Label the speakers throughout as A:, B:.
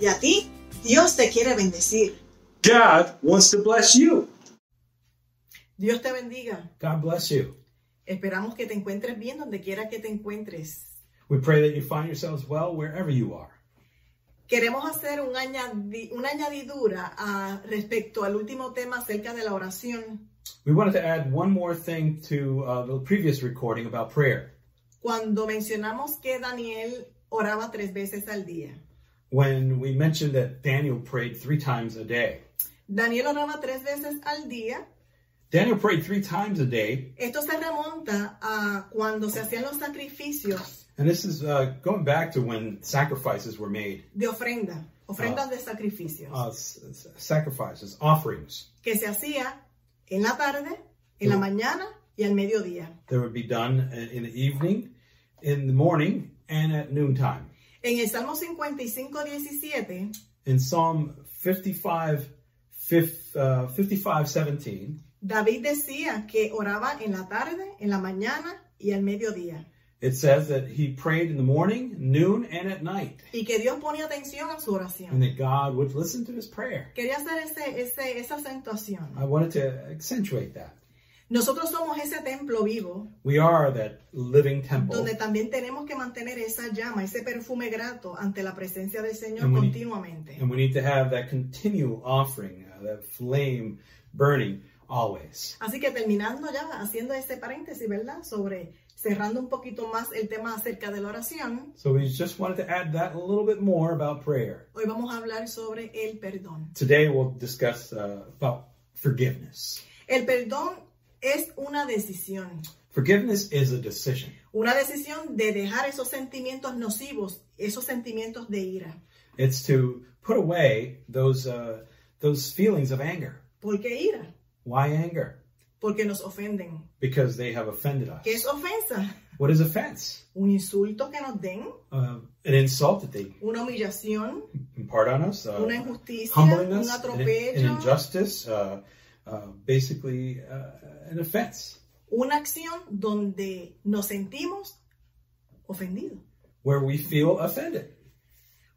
A: Y a ti, Dios te quiere bendecir.
B: God wants to bless you.
A: Dios te bendiga.
C: God bless you.
A: Esperamos que te encuentres bien donde quiera que te encuentres.
C: We pray that you find yourselves well wherever you are.
A: Queremos hacer un añadi- una añadidura ah, respecto al último tema acerca de la oración.
C: We wanted to add one more thing to uh, the previous recording about prayer.
A: Cuando mencionamos que Daniel oraba tres veces al día.
C: When we mentioned that Daniel prayed three times a day,
A: Daniel oraba tres veces al día.
C: Daniel prayed three times a day,
A: Esto se remonta a cuando se hacían los sacrificios
C: and this is uh, going back to when sacrifices were made,
A: de ofrenda, ofrendas de sacrificios,
C: uh, s- s- sacrifices, offerings
A: que se hacía en la tarde, en la mañana y al mediodía.
C: that would be done i- in the evening, in the morning, and at noontime.
A: En el Salmo 55, 17
C: In Psalm 55, fif- uh, 55 17,
A: David decía que oraba en la tarde, en la mañana y al mediodía,
C: It says that he prayed in the morning, noon, and at night,
A: y que Dios ponía atención a su
C: and
A: oración.
C: that God would listen to his prayer.
A: Quería hacer ese, ese- esa acentuación.
C: I wanted to accentuate that.
A: Nosotros somos ese templo vivo,
C: We are that living temple,
A: donde también tenemos que mantener esa llama, ese perfume grato ante la presencia del Señor
C: And we-
A: continuamente.
C: and we need to have that continual offering, uh, that flame burning always.
A: Así que terminando ya, haciendo ese paréntesis, ¿verdad? Sobre cerrando un poquito más el tema acerca de la oración,
C: So we just wanted to add that a little bit more about prayer.
A: hoy vamos a hablar sobre el perdón.
C: Today we'll discuss uh, about forgiveness.
A: El perdón es una decisión,
C: Forgiveness is a decision.
A: una decisión de dejar esos sentimientos nocivos, esos sentimientos de ira.
C: It's to put away those uh, those feelings of anger.
A: ¿Por qué ira?
C: Why anger?
A: Porque nos ofenden.
C: because they have offended us.
A: ¿Qué es ofensa?
C: What is offense?
A: Un insulto que nos den,
C: Uh, an insult that they
A: una humillación,
C: impart on us, uh,
A: una injusticia,
C: humbling
A: un
C: us, an, an
A: atropello,
C: injustice, uh, uh, basically uh, an offense
A: una acción donde nos sentimos ofendidos.
C: where we feel offended.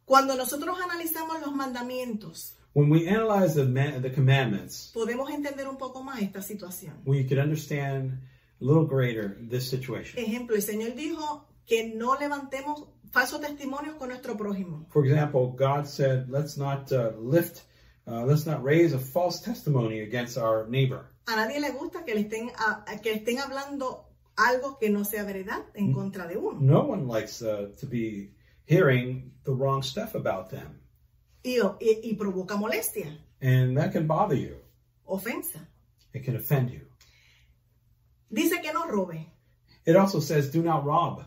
A: Cuando nosotros analizamos los mandamientos,
C: When we analyze the ma- the commandments,
A: podemos entender un poco más esta situación.
C: we could understand a little greater this situation.
A: Ejemplo, el Señor dijo que no levantemos falsos testimonios con nuestro prójimo.
C: For example, God said, "Let's not uh, lift, uh, let's not raise a false testimony against our neighbor."
A: A nadie le gusta que le estén, a- a que le estén hablando algo que no sea verdad en contra de uno.
C: No one likes uh, to be hearing the wrong stuff about them.
A: Y, o- y- y provoca molestia,
C: and that can bother you.
A: ofensa.
C: It can offend you.
A: Dice que no robe.
C: It also says, "Do not rob."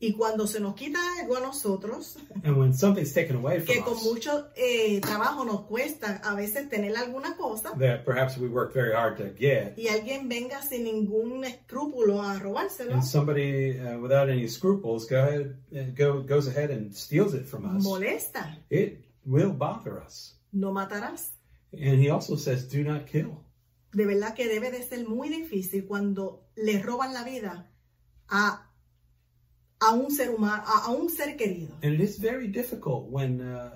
A: Y cuando se nos quita algo a nosotros,
C: And when something's taken away
A: que
C: from
A: con
C: us,
A: mucho eh, trabajo nos cuesta a veces tener alguna cosa,
C: that perhaps we worked very hard to get,
A: y alguien venga sin ningún escrúpulo a robárselo,
C: and somebody uh, without any scruples go ahead, uh, go goes ahead and steals it from us,
A: molesta,
C: it will bother us.
A: no matarás.
C: And he also says, "Do not kill."
A: de verdad que debe de ser muy difícil cuando le roban la vida a, a un ser humano, a, a un ser querido.
C: And it is very difficult when uh,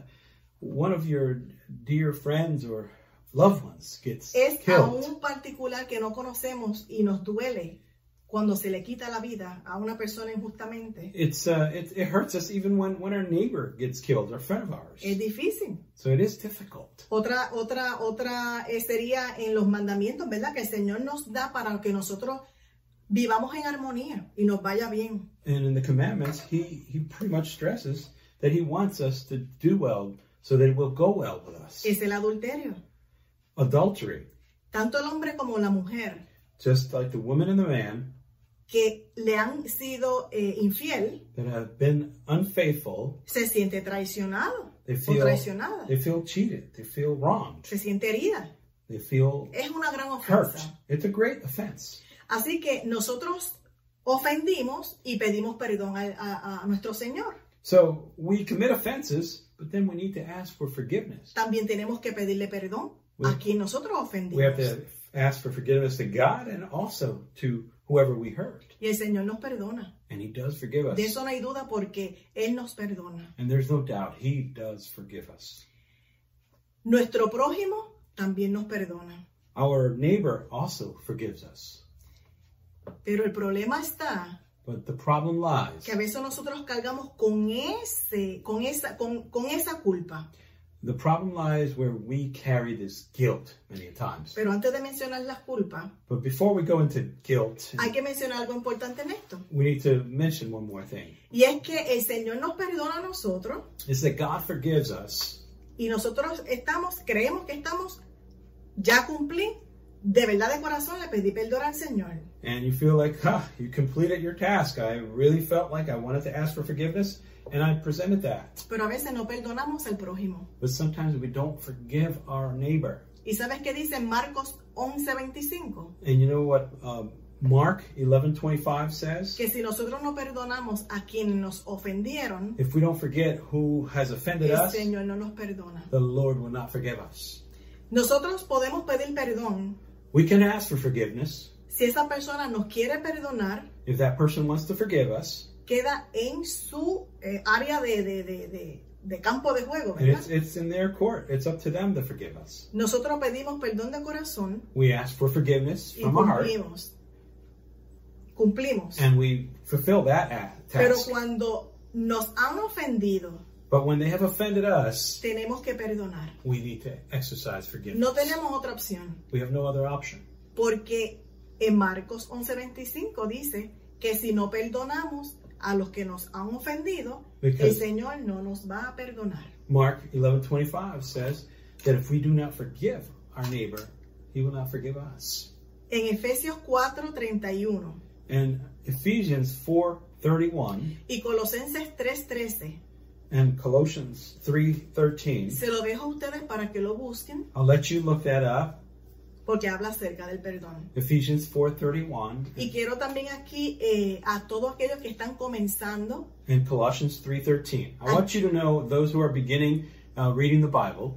C: one of your dear friends or loved ones gets
A: Es
C: killed.
A: a un particular que no conocemos y nos duele cuando se le quita la vida a una persona injustamente.
C: It's uh, it, it hurts us even when when our neighbor gets killed, or friend of ours.
A: Es difícil.
C: So it is difficult.
A: Otra, otra, otra eh, sería en los mandamientos, ¿verdad? Que el Señor nos da para que nosotros vivamos en armonía y nos vaya bien.
C: And in the commandments, he, he pretty much stresses that he wants us to do well so that it will go well with us.
A: Es el adulterio.
C: Adultery,
A: Tanto el hombre como la mujer
C: just like the woman and the man
A: que le han sido eh, infiel
C: that have been unfaithful,
A: se siente traicionado
C: they
A: o
C: feel
A: traicionada,
C: they feel cheated, they feel wronged,
A: se siente herida.
C: they feel
A: Es una gran
C: hurt.
A: ofensa.
C: It's a great offense.
A: Así que nosotros ofendimos y pedimos perdón al- a, a nuestro Señor.
C: So we commit offenses, but then we need to ask for forgiveness.
A: También tenemos que pedirle perdón
C: We,
A: a quien nosotros
C: we have
A: ofendimos.
C: to ask for forgiveness to God and also to whoever we hurt.
A: Y el Señor nos perdona.
C: And He does forgive us.
A: De eso no hay duda porque Él nos perdona.
C: And there's no doubt He does forgive us.
A: Nuestro prójimo también nos perdona.
C: Our neighbor also forgives us.
A: Pero el problema está
C: But the problem lies
A: que a veces nosotros cargamos con, ese, con, esa, con, con esa culpa.
C: the problem lies where we carry this guilt many times.
A: Pero antes de mencionar las culpas,
C: But before we go into guilt,
A: hay que mencionar algo importante en esto.
C: we need to mention one more thing.
A: Y es que el Señor nos perdona a nosotros
C: It's that God forgives us
A: y nosotros estamos, creemos que estamos, ya cumplí, de verdad de corazón le pedí perdón al Señor.
C: and you feel like, huh, you completed your task. I really felt like I wanted to ask for forgiveness and I presented that.
A: Pero a veces no perdonamos al prójimo.
C: But sometimes we don't forgive our neighbor.
A: ¿Y sabes qué dice Marcos 11:25?
C: And you know what um, Mark 11:25 says?
A: Que si nosotros no perdonamos a quienes nos ofendieron,
C: If we don't forget who has offended
A: el
C: us,
A: Señor no nos perdona.
C: the Lord will not forgive us.
A: Nosotros podemos pedir perdón
C: We can ask for forgiveness.
A: si esa persona nos quiere perdonar,
C: If that person wants to forgive us,
A: queda en su eh, área de, de- de- de- de campo de juego,
C: and
A: ¿verdad?
C: it's, it's in their court, it's up to them to forgive us.
A: Nosotros pedimos perdón de corazón
C: We ask for forgiveness
A: y
C: from our heart,
A: cumplimos. Cumplimos.
C: and we fulfill that a-
A: Pero
C: task.
A: cuando nos han ofendido,
C: But when they have offended us,
A: tenemos que perdonar.
C: we need to exercise forgiveness.
A: No tenemos otra opción,
C: We have no other option.
A: porque en Marcos 11:25 dice que si no perdonamos a los que nos han ofendido, el
C: Because-
A: Señor no nos va a perdonar.
C: Mark 11:25 says that if we do not forgive our neighbor, he will not forgive us.
A: En Efesios 4:31
C: And Ephesians 4:31
A: y Colosenses 3:13,
C: and Colossians 3:13.
A: se lo dejo a ustedes para que lo busquen,
C: I'll let you look that up.
A: porque habla acerca del perdón.
C: Ephesians 4:31
A: Y quiero también aquí eh, a todos aquellos que están comenzando
C: and Colossians 3:13. I want you to know those who are beginning uh, reading the Bible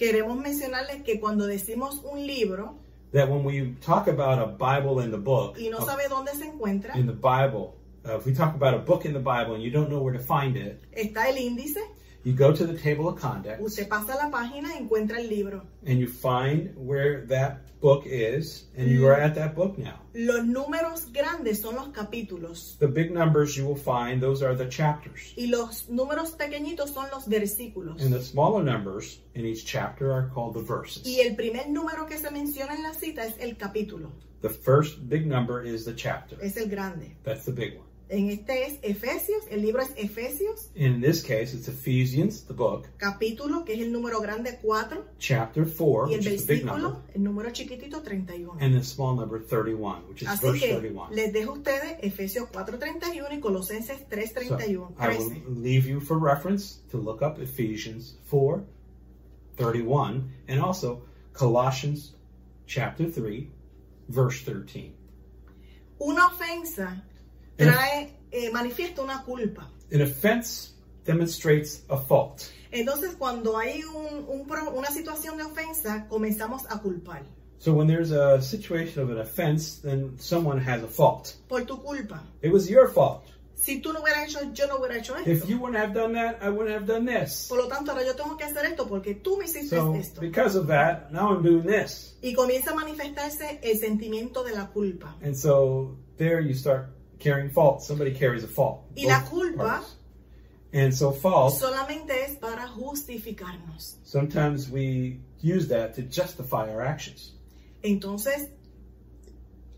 A: Queremos mencionarles que cuando decimos un libro
C: that when we talk about a Bible in the book,
A: y no sabe dónde se encuentra,
C: in the Bible, uh, if we talk about a book in the Bible and you don't know where to find it,
A: está el índice,
C: you go to the table of conduct
A: usted pasa la página y encuentra el libro.
C: and you find where that book is, and you are at that book now.
A: Los números grandes son los capítulos
C: The big numbers you will find, those are the chapters.
A: y los números pequeñitos son los versículos.
C: And the smaller numbers in each chapter are called the
A: Y
C: verses.
A: el primer número que se menciona en la cita es el capítulo,
C: The first big number is the chapter.
A: es el grande.
C: That's the big one.
A: En este es Efesios, el libro es Efesios,
C: In this case, it's Ephesians, the book,
A: capítulo que es el número grande 4
C: chapter 4,
A: y el
C: which is the big number,
A: versículo, el número chiquitito 31.
C: and the small number 31, which is
A: Así
C: verse
A: que
C: 31.
A: les dejo a ustedes Efesios 4.31 y Colosenses
C: So
A: 3.31.
C: I will
A: 13.
C: leave you for reference to look up Ephesians 4 31 and also Colossians chapter 3, verse 13.
A: Una ofensa
C: And
A: trae, eh, manifiesta una culpa.
C: An offense demonstrates a fault.
A: Entonces, cuando hay un- un pro- una situación de ofensa, comenzamos a culpar.
C: So when there's a situation of an offense, then someone has a fault.
A: Por tu culpa.
C: It was your fault.
A: Si tú no hubieras hecho, yo no hubiera hecho esto.
C: If you wouldn't have done that, I wouldn't have done this.
A: Por lo tanto, ahora yo tengo que hacer esto porque tú me hiciste
C: So
A: esto.
C: because of that, now I'm doing this.
A: Y comienza a manifestarse el sentimiento de la culpa.
C: And so there you start carrying fault. Somebody carries a fault.
A: Y la
C: Both
A: culpa-
C: And so fault,
A: Solamente es para justificarnos.
C: sometimes we use that to justify our actions.
A: Entonces,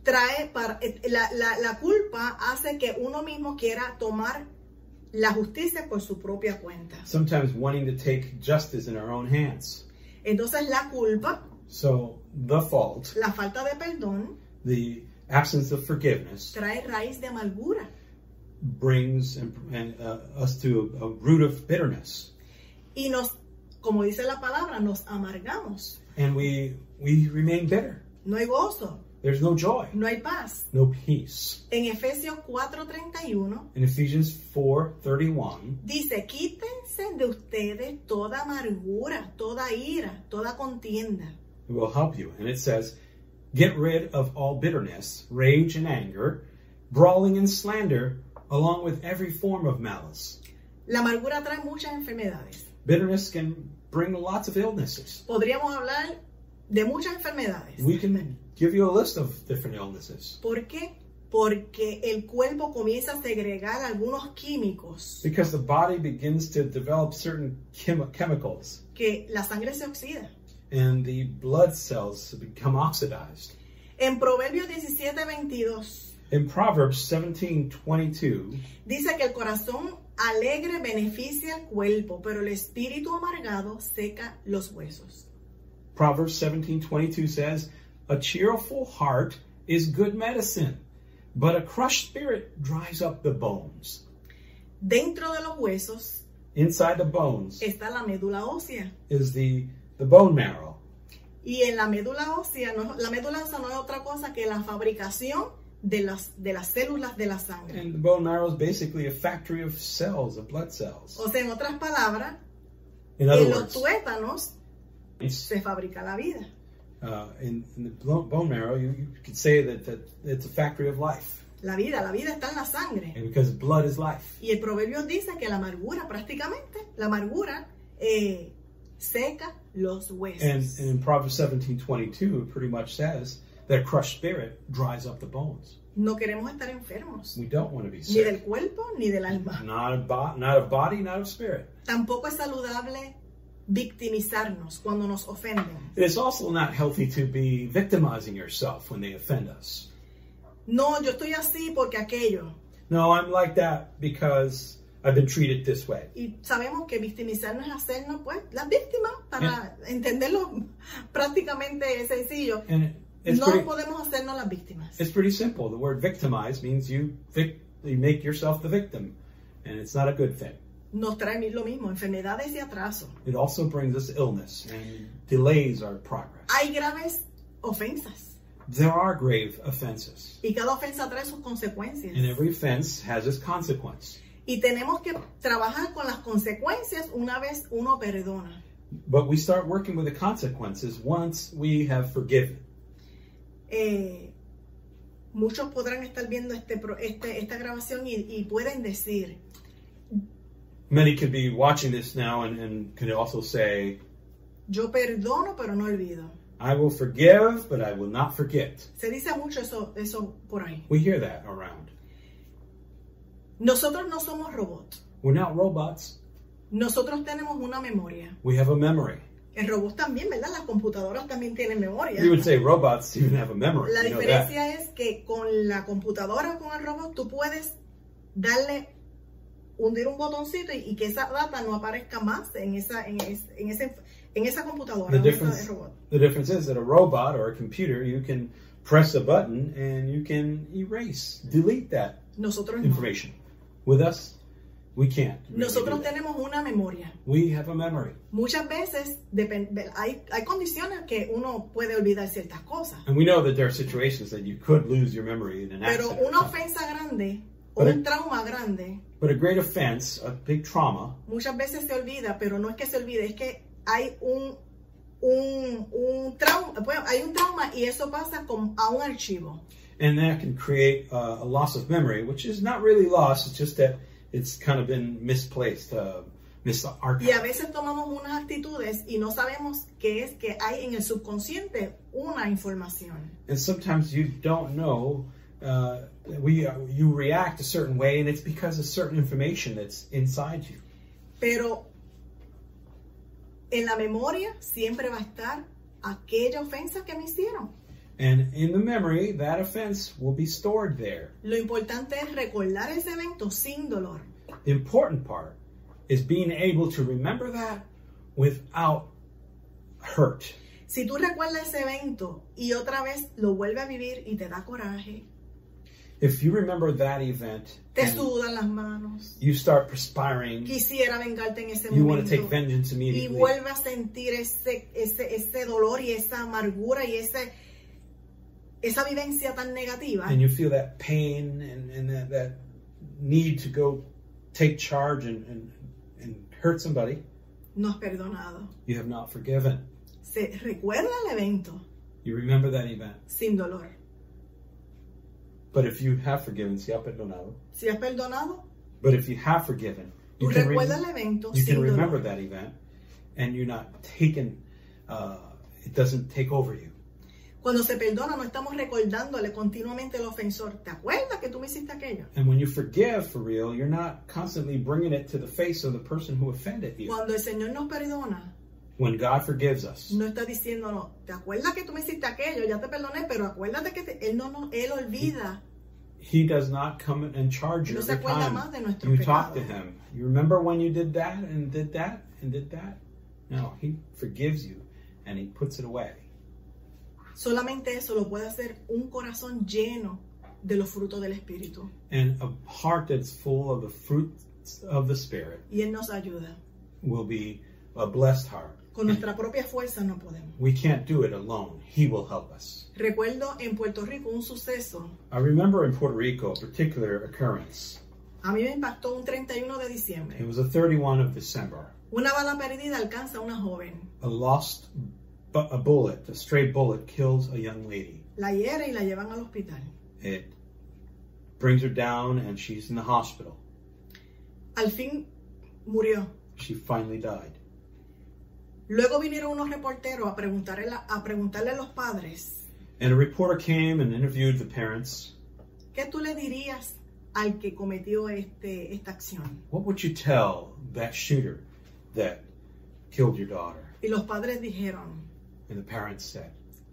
A: trae para, eh, la, la- la culpa hace que uno mismo quiera tomar la justicia por su propia cuenta.
C: Sometimes wanting to take justice in our own hands.
A: Entonces, la culpa,
C: So the fault,
A: la falta de perdón,
C: the absence of forgiveness,
A: trae raíz de amargura.
C: brings and, and uh, us to a, a root of bitterness.
A: Y nos, como dice la palabra, nos amargamos.
C: And we, we remain bitter.
A: No hay gozo,
C: There's no joy,
A: no hay paz.
C: no peace.
A: En Efesios 4:31
C: In Ephesians 4:31,
A: dice, quítense de ustedes toda amargura, toda ira, toda contienda.
C: It will help you. And it says, Get rid of all bitterness, rage and anger, brawling and slander, along with every form of malice.
A: La amargura trae muchas enfermedades.
C: Bitterness can bring lots of illnesses.
A: Podríamos hablar de muchas enfermedades.
C: We can give you a list of different illnesses
A: ¿Por qué? Porque el cuerpo comienza a segregar algunos químicos
C: because the body begins to develop certain chem- chemicals
A: que la sangre se oxida.
C: and the blood cells become oxidized.
A: En Proverbios 17, 22
C: In Proverbs 17:22,
A: dice que el corazón alegre beneficia al cuerpo, pero el espíritu amargado seca los huesos.
C: Proverbs 17:22 says, "A cheerful heart is good medicine, but a crushed spirit dries up the bones."
A: Dentro de los huesos
C: Inside the bones
A: está la médula ósea.
C: is the the bone marrow.
A: Y en la médula ósea, no, la médula ósea no es otra cosa que la fabricación de las, de las células de la sangre.
C: And the bone marrow is basically a factory of cells, of blood cells.
A: O sea, en otras palabras,
C: In other
A: en los
C: words,
A: tuétanos
C: it's,
A: se fabrica la vida.
C: uh, in, in the blo- bone marrow, you, you could say that, that it's a factory of life.
A: La vida, la vida está en la sangre.
C: And because blood is life.
A: Y el proverbio dice que la amargura, prácticamente, la amargura eh, seca los
C: And,
A: huesos.
C: and in Proverbs 17:22, it pretty much says that a crushed spirit dries up the bones.
A: no queremos estar enfermos,
C: We don't want to be
A: ni del
C: sick.
A: cuerpo ni del alma.
C: Not of, bo- not of body, not of spirit.
A: Tampoco es saludable victimizarnos cuando nos ofenden.
C: It's also not healthy to be victimizing yourself when they offend us.
A: No, yo estoy así porque aquello.
C: No, I'm like that because I've been treated this way.
A: Y sabemos que victimizarnos es hacernos, pues, las víctimas, para entenderlo prácticamente es sencillo.
C: And it's,
A: no
C: pretty,
A: podemos hacernos las víctimas.
C: it's pretty simple. The word victimize means you, vic- you make yourself the victim, and it's not a good thing.
A: Nos trae lo mismo, enfermedades y atraso.
C: It also brings us illness and delays our progress.
A: Hay graves ofensas
C: There are grave offenses,
A: y cada ofensa trae sus
C: and
A: consecuencias.
C: every offense has its consequence.
A: Y tenemos que trabajar con las consecuencias una vez uno perdona.
C: But we start working with the consequences once we have forgiven.
A: Eh, muchos podrán estar viendo este, pro- este- esta grabación y, y pueden decir,
C: Many could be watching this now and, and could also say,
A: yo perdono pero no olvido.
C: I will forgive, but I will not forget.
A: Se dice mucho eso, eso por ahí.
C: We hear that around.
A: Nosotros no somos robots.
C: We're not robots.
A: Nosotros tenemos una memoria.
C: We have a memory.
A: El robot también, ¿verdad? Las computadoras también tienen memoria.
C: We would say robots even have a memory.
A: La
C: you know that.
A: diferencia es que con la computadora o con el robot tú puedes darle, hundir un botoncito y, y que esa data no aparezca más en esa, en es- en ese- en esa computadora
C: The
A: o en
C: difference-
A: ese robot.
C: The difference is that a robot or a computer, you can press a button and you can erase, delete that
A: Nosotros no.
C: information. With us, we can't. really
A: Nosotros
C: do that.
A: tenemos una memoria.
C: We have a memory,
A: Muchas veces depen- hay, hay condiciones que uno puede olvidar ciertas cosas,
C: and we know that there are situations that you could lose your memory in an
A: pero
C: accident.
A: una ofensa grande o
C: Pero-
A: un trauma grande
C: But a great offense, a big trauma,
A: muchas veces se olvida, pero no es que se olvide, es que hay un, un, un trauma, bueno, hay un trauma y eso pasa con, a un archivo.
C: and that can create uh, a loss of memory, which is not really loss. It's just that it's kind of been misplaced, uh, misarchived.
A: Y a veces tomamos unas actitudes y no sabemos qué es que hay en el subconsciente una información.
C: and sometimes you don't know uh, we you react a certain way and it's because of certain information that's inside you
A: Pero en la memoria siempre va a estar aquella ofensa que me hicieron.
C: and in the memory that offense will be stored there
A: Lo importante es recordar ese evento sin dolor.
C: the important part is being able to remember that without hurt
A: Si tú recuerdas ese evento y otra vez lo vuelve a vivir y te da coraje,
C: if you remember that event
A: Te
C: and
A: sudan las manos.
C: you start perspiring
A: Quisiera vengarte en ese
C: you want to take
A: momento.
C: vengeance
A: Y
C: immediately
A: vuelve a sentir ese, ese, ese dolor y esa amargura y ese, esa vivencia tan negativa.
C: and you feel that pain and, and that, that need to go take charge and, and, and hurt somebody
A: No has perdonado.
C: you have not forgiven.
A: se recuerda el evento
C: You remember that event.
A: sin dolor.
C: But if you have forgiven, si ha perdonado.
A: Si has perdonado,
C: But if you have forgiven,
A: tú
C: you can, re-
A: recuerdas el evento
C: you
A: sin
C: can remember
A: dolor.
C: that event, and you're not taken. Uh, it doesn't take over you.
A: Cuando se perdona, no estamos recordándole continuamente al ofensor. ¿Te acuerdas que tú me hiciste aquello?
C: And when you forgive for real, you're not constantly bringing it to the face of the person who offended you.
A: Cuando el Señor nos perdona,
C: When God forgives us,
A: no está diciéndonos, ¿te acuerdas que tú me hiciste aquello? Ya te perdoné, pero acuérdate que te- Él no, no- Él olvida.
C: He does not come and charge you
A: No se
C: every
A: acuerda
C: time
A: más de nuestros
C: you talk to
A: pecados.
C: Him. You remember when you did that and did that and did that? No, He forgives you and He puts it away.
A: Solamente eso lo puede hacer un corazón lleno de los frutos del Espíritu.
C: And a heart that's full of the fruits of the Spirit
A: Y Él nos ayuda.
C: will be a blessed heart.
A: Con nuestra propia fuerza no podemos.
C: We can't do it alone. He will help us.
A: Recuerdo en Puerto Rico un suceso.
C: I remember in Puerto Rico a particular occurrence.
A: A mí me impactó un 31 de
C: It
A: diciembre.
C: was a 31 of December.
A: Una bala perdida alcanza a una joven.
C: A lost bu- a bullet, a stray bullet, kills a young lady.
A: La hieren y la llevan al hospital.
C: It brings her down, and she's in the hospital.
A: Al fin murió.
C: She finally died.
A: Luego vinieron unos reporteros a preguntarle, a preguntarle a los padres,
C: And a reporter came and interviewed the parents.
A: ¿qué tú le dirías al que cometió este, esta acción?
C: What would you tell that shooter that killed your daughter?
A: Y los padres dijeron,
C: And the parents said,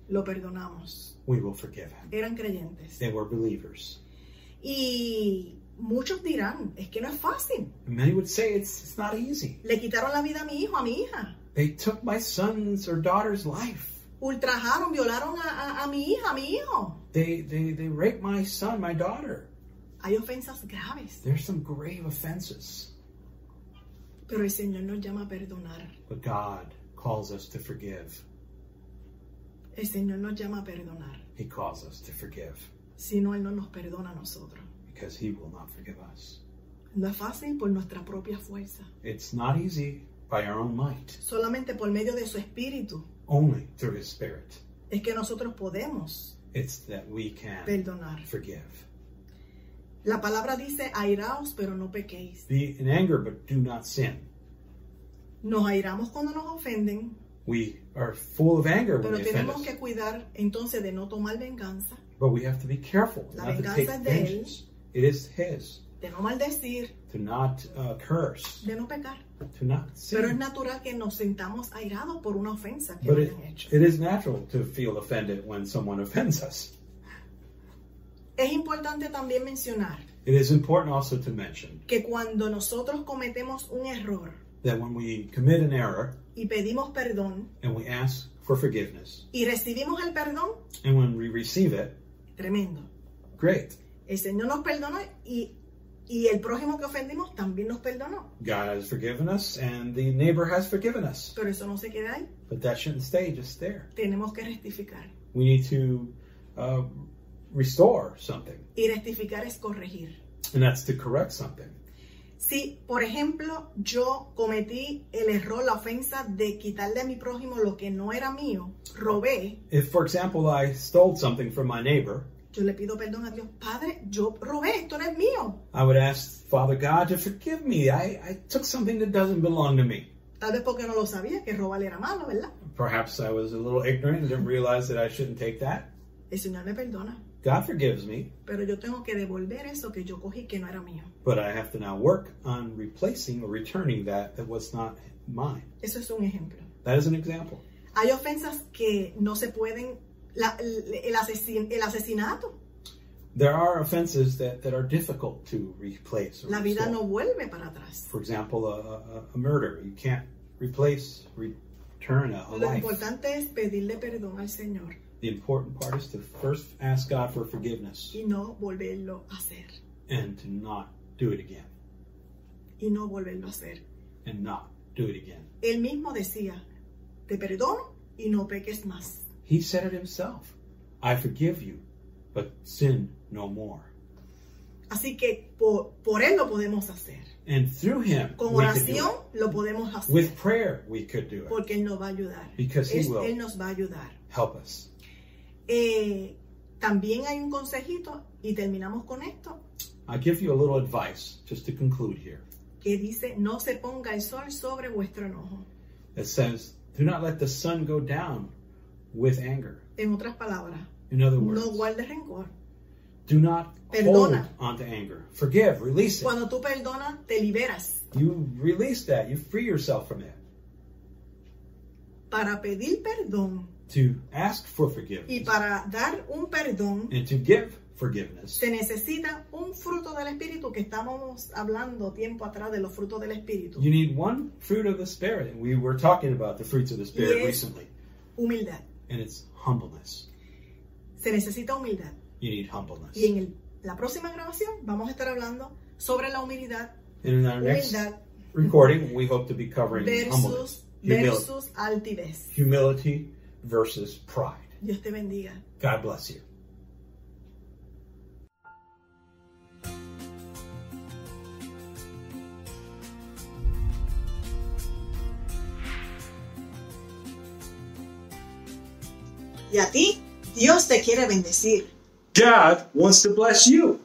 A: lo perdonamos.
C: We will forgive him.
A: Eran creyentes.
C: They were believers.
A: Y muchos dirán, es que no es fácil.
C: And many would say it's, it's not easy.
A: Le quitaron la vida a mi hijo, a mi hija.
C: They took my son's or daughter's life.
A: Ultrajaron, violaron a, a- a mi hija, a mi hijo.
C: They, they, they raped my son, my daughter.
A: Hay ofensas graves,
C: There's some grave offenses.
A: pero el Señor nos llama a perdonar.
C: But God calls us to forgive.
A: El Señor nos llama a perdonar.
C: He calls us to forgive
A: Si no, Él no nos perdona a nosotros.
C: because He will not forgive us.
A: No es fácil por nuestra propia fuerza,
C: It's not easy by our own might,
A: solamente por medio de su espíritu
C: only through His Spirit.
A: es que nosotros podemos
C: It's that we can
A: perdonar.
C: forgive.
A: La palabra dice, airaos, pero no pequéis.
C: Be in anger, but do not sin.
A: Nos airamos cuando nos ofenden,
C: We are full of anger when
A: pero
C: they offend
A: tenemos
C: us,
A: que cuidar entonces de no tomar venganza,
C: but we have to be careful
A: La
C: not to
A: venganza
C: take
A: es de él.
C: vengeance. It is His
A: de no maldecir,
C: to not uh, curse,
A: de no pecar.
C: to not
A: Pero es
C: sin.
A: natural que nos sintamos airados por una ofensa que
C: But
A: nos
C: it,
A: han hecho.
C: it is natural to feel offended when someone offends us.
A: Es importante también mencionar
C: It is important also to mention
A: que cuando nosotros cometemos un error
C: that when we commit an error
A: y pedimos perdón
C: and we ask for forgiveness,
A: y recibimos el perdón,
C: and when we receive it,
A: tremendo.
C: great,
A: El Señor nos perdonó y, y el prójimo que ofendimos también nos perdonó.
C: God has forgiven us and the neighbor has forgiven us.
A: Pero eso no se queda ahí.
C: But that shouldn't stay just there.
A: Tenemos que rectificar.
C: We need to uh, restore something,
A: Y rectificar es corregir.
C: and that's to correct something.
A: Si, por ejemplo, yo cometí el error, la ofensa de quitarle a mi prójimo lo que no era mío, robé,
C: If, for example, I stole something from my neighbor,
A: yo le pido perdón a Dios, Padre, yo robé, esto no es mío.
C: I would ask Father God to forgive me. I, I took something that doesn't belong to me.
A: Tal vez porque no lo sabía, que robar era malo, ¿verdad?
C: Perhaps I was a little ignorant and didn't realize that I shouldn't take that.
A: El Señor me perdona,
C: God forgives me,
A: pero yo tengo que devolver eso que yo cogí que no era mío.
C: but I have to now work on replacing or returning that that was not mine.
A: Eso es un ejemplo.
C: That is an example.
A: Hay ofensas que no se pueden, la- el, el asesin- el asesinato,
C: There are offenses that, that are difficult to replace. Or
A: la vida
C: restore.
A: no vuelve para atrás.
C: for example, a, a, a murder. You can't replace, return a, a
A: Lo
C: life.
A: importante es pedirle perdón al Señor
C: The important part is to first ask God for forgiveness
A: y no volverlo a hacer,
C: and to not do it again.
A: y no volverlo a hacer.
C: And not do it again.
A: Él mismo decía, te perdono y no peques más.
C: He said it himself I forgive you, but sin no more.
A: Así que por, por Él lo podemos hacer.
C: And through him,
A: Con
C: we could do
A: oración
C: it.
A: lo podemos hacer
C: With prayer, we could do it.
A: porque Él nos va a ayudar.
C: Because he
A: Es-
C: will.
A: él nos va a ayudar.
C: Help us.
A: Eh, también hay un consejito, y terminamos con esto,
C: I give you a little advice just to conclude here.
A: que dice, no se ponga el sol sobre vuestro enojo.
C: It says, Do not let the sun go down with anger.
A: En otras palabras,
C: In other words,
A: no guardes rencor.
C: do not hold
A: Perdona.
C: onto anger. Forgive, release it.
A: Cuando tú perdonas, te liberas.
C: You release that. You free yourself from it.
A: Para pedir perdón
C: To ask for
A: y
C: forgiveness
A: para dar un perdón,
C: and to give forgiveness,
A: se necesita un fruto del Espíritu, que estábamos hablando tiempo atrás de los frutos del Espíritu.
C: you need one fruit of the Spirit. And we were talking about the fruits of the Spirit
A: Yes.
C: recently,
A: Humildad.
C: and it's humbleness.
A: Se necesita humildad.
C: You need humbleness.
A: Y en el- la próxima grabación vamos a estar hablando sobre la humildad,
C: And in our next
A: humildad
C: recording, we hope to be covering humbleness,
A: versus,
C: humility.
A: versus altivez.
C: humility versus pride.
A: Dios te bendiga.
C: God bless you.
A: Y a ti, Dios te quiere bendecir.
B: God wants to bless you.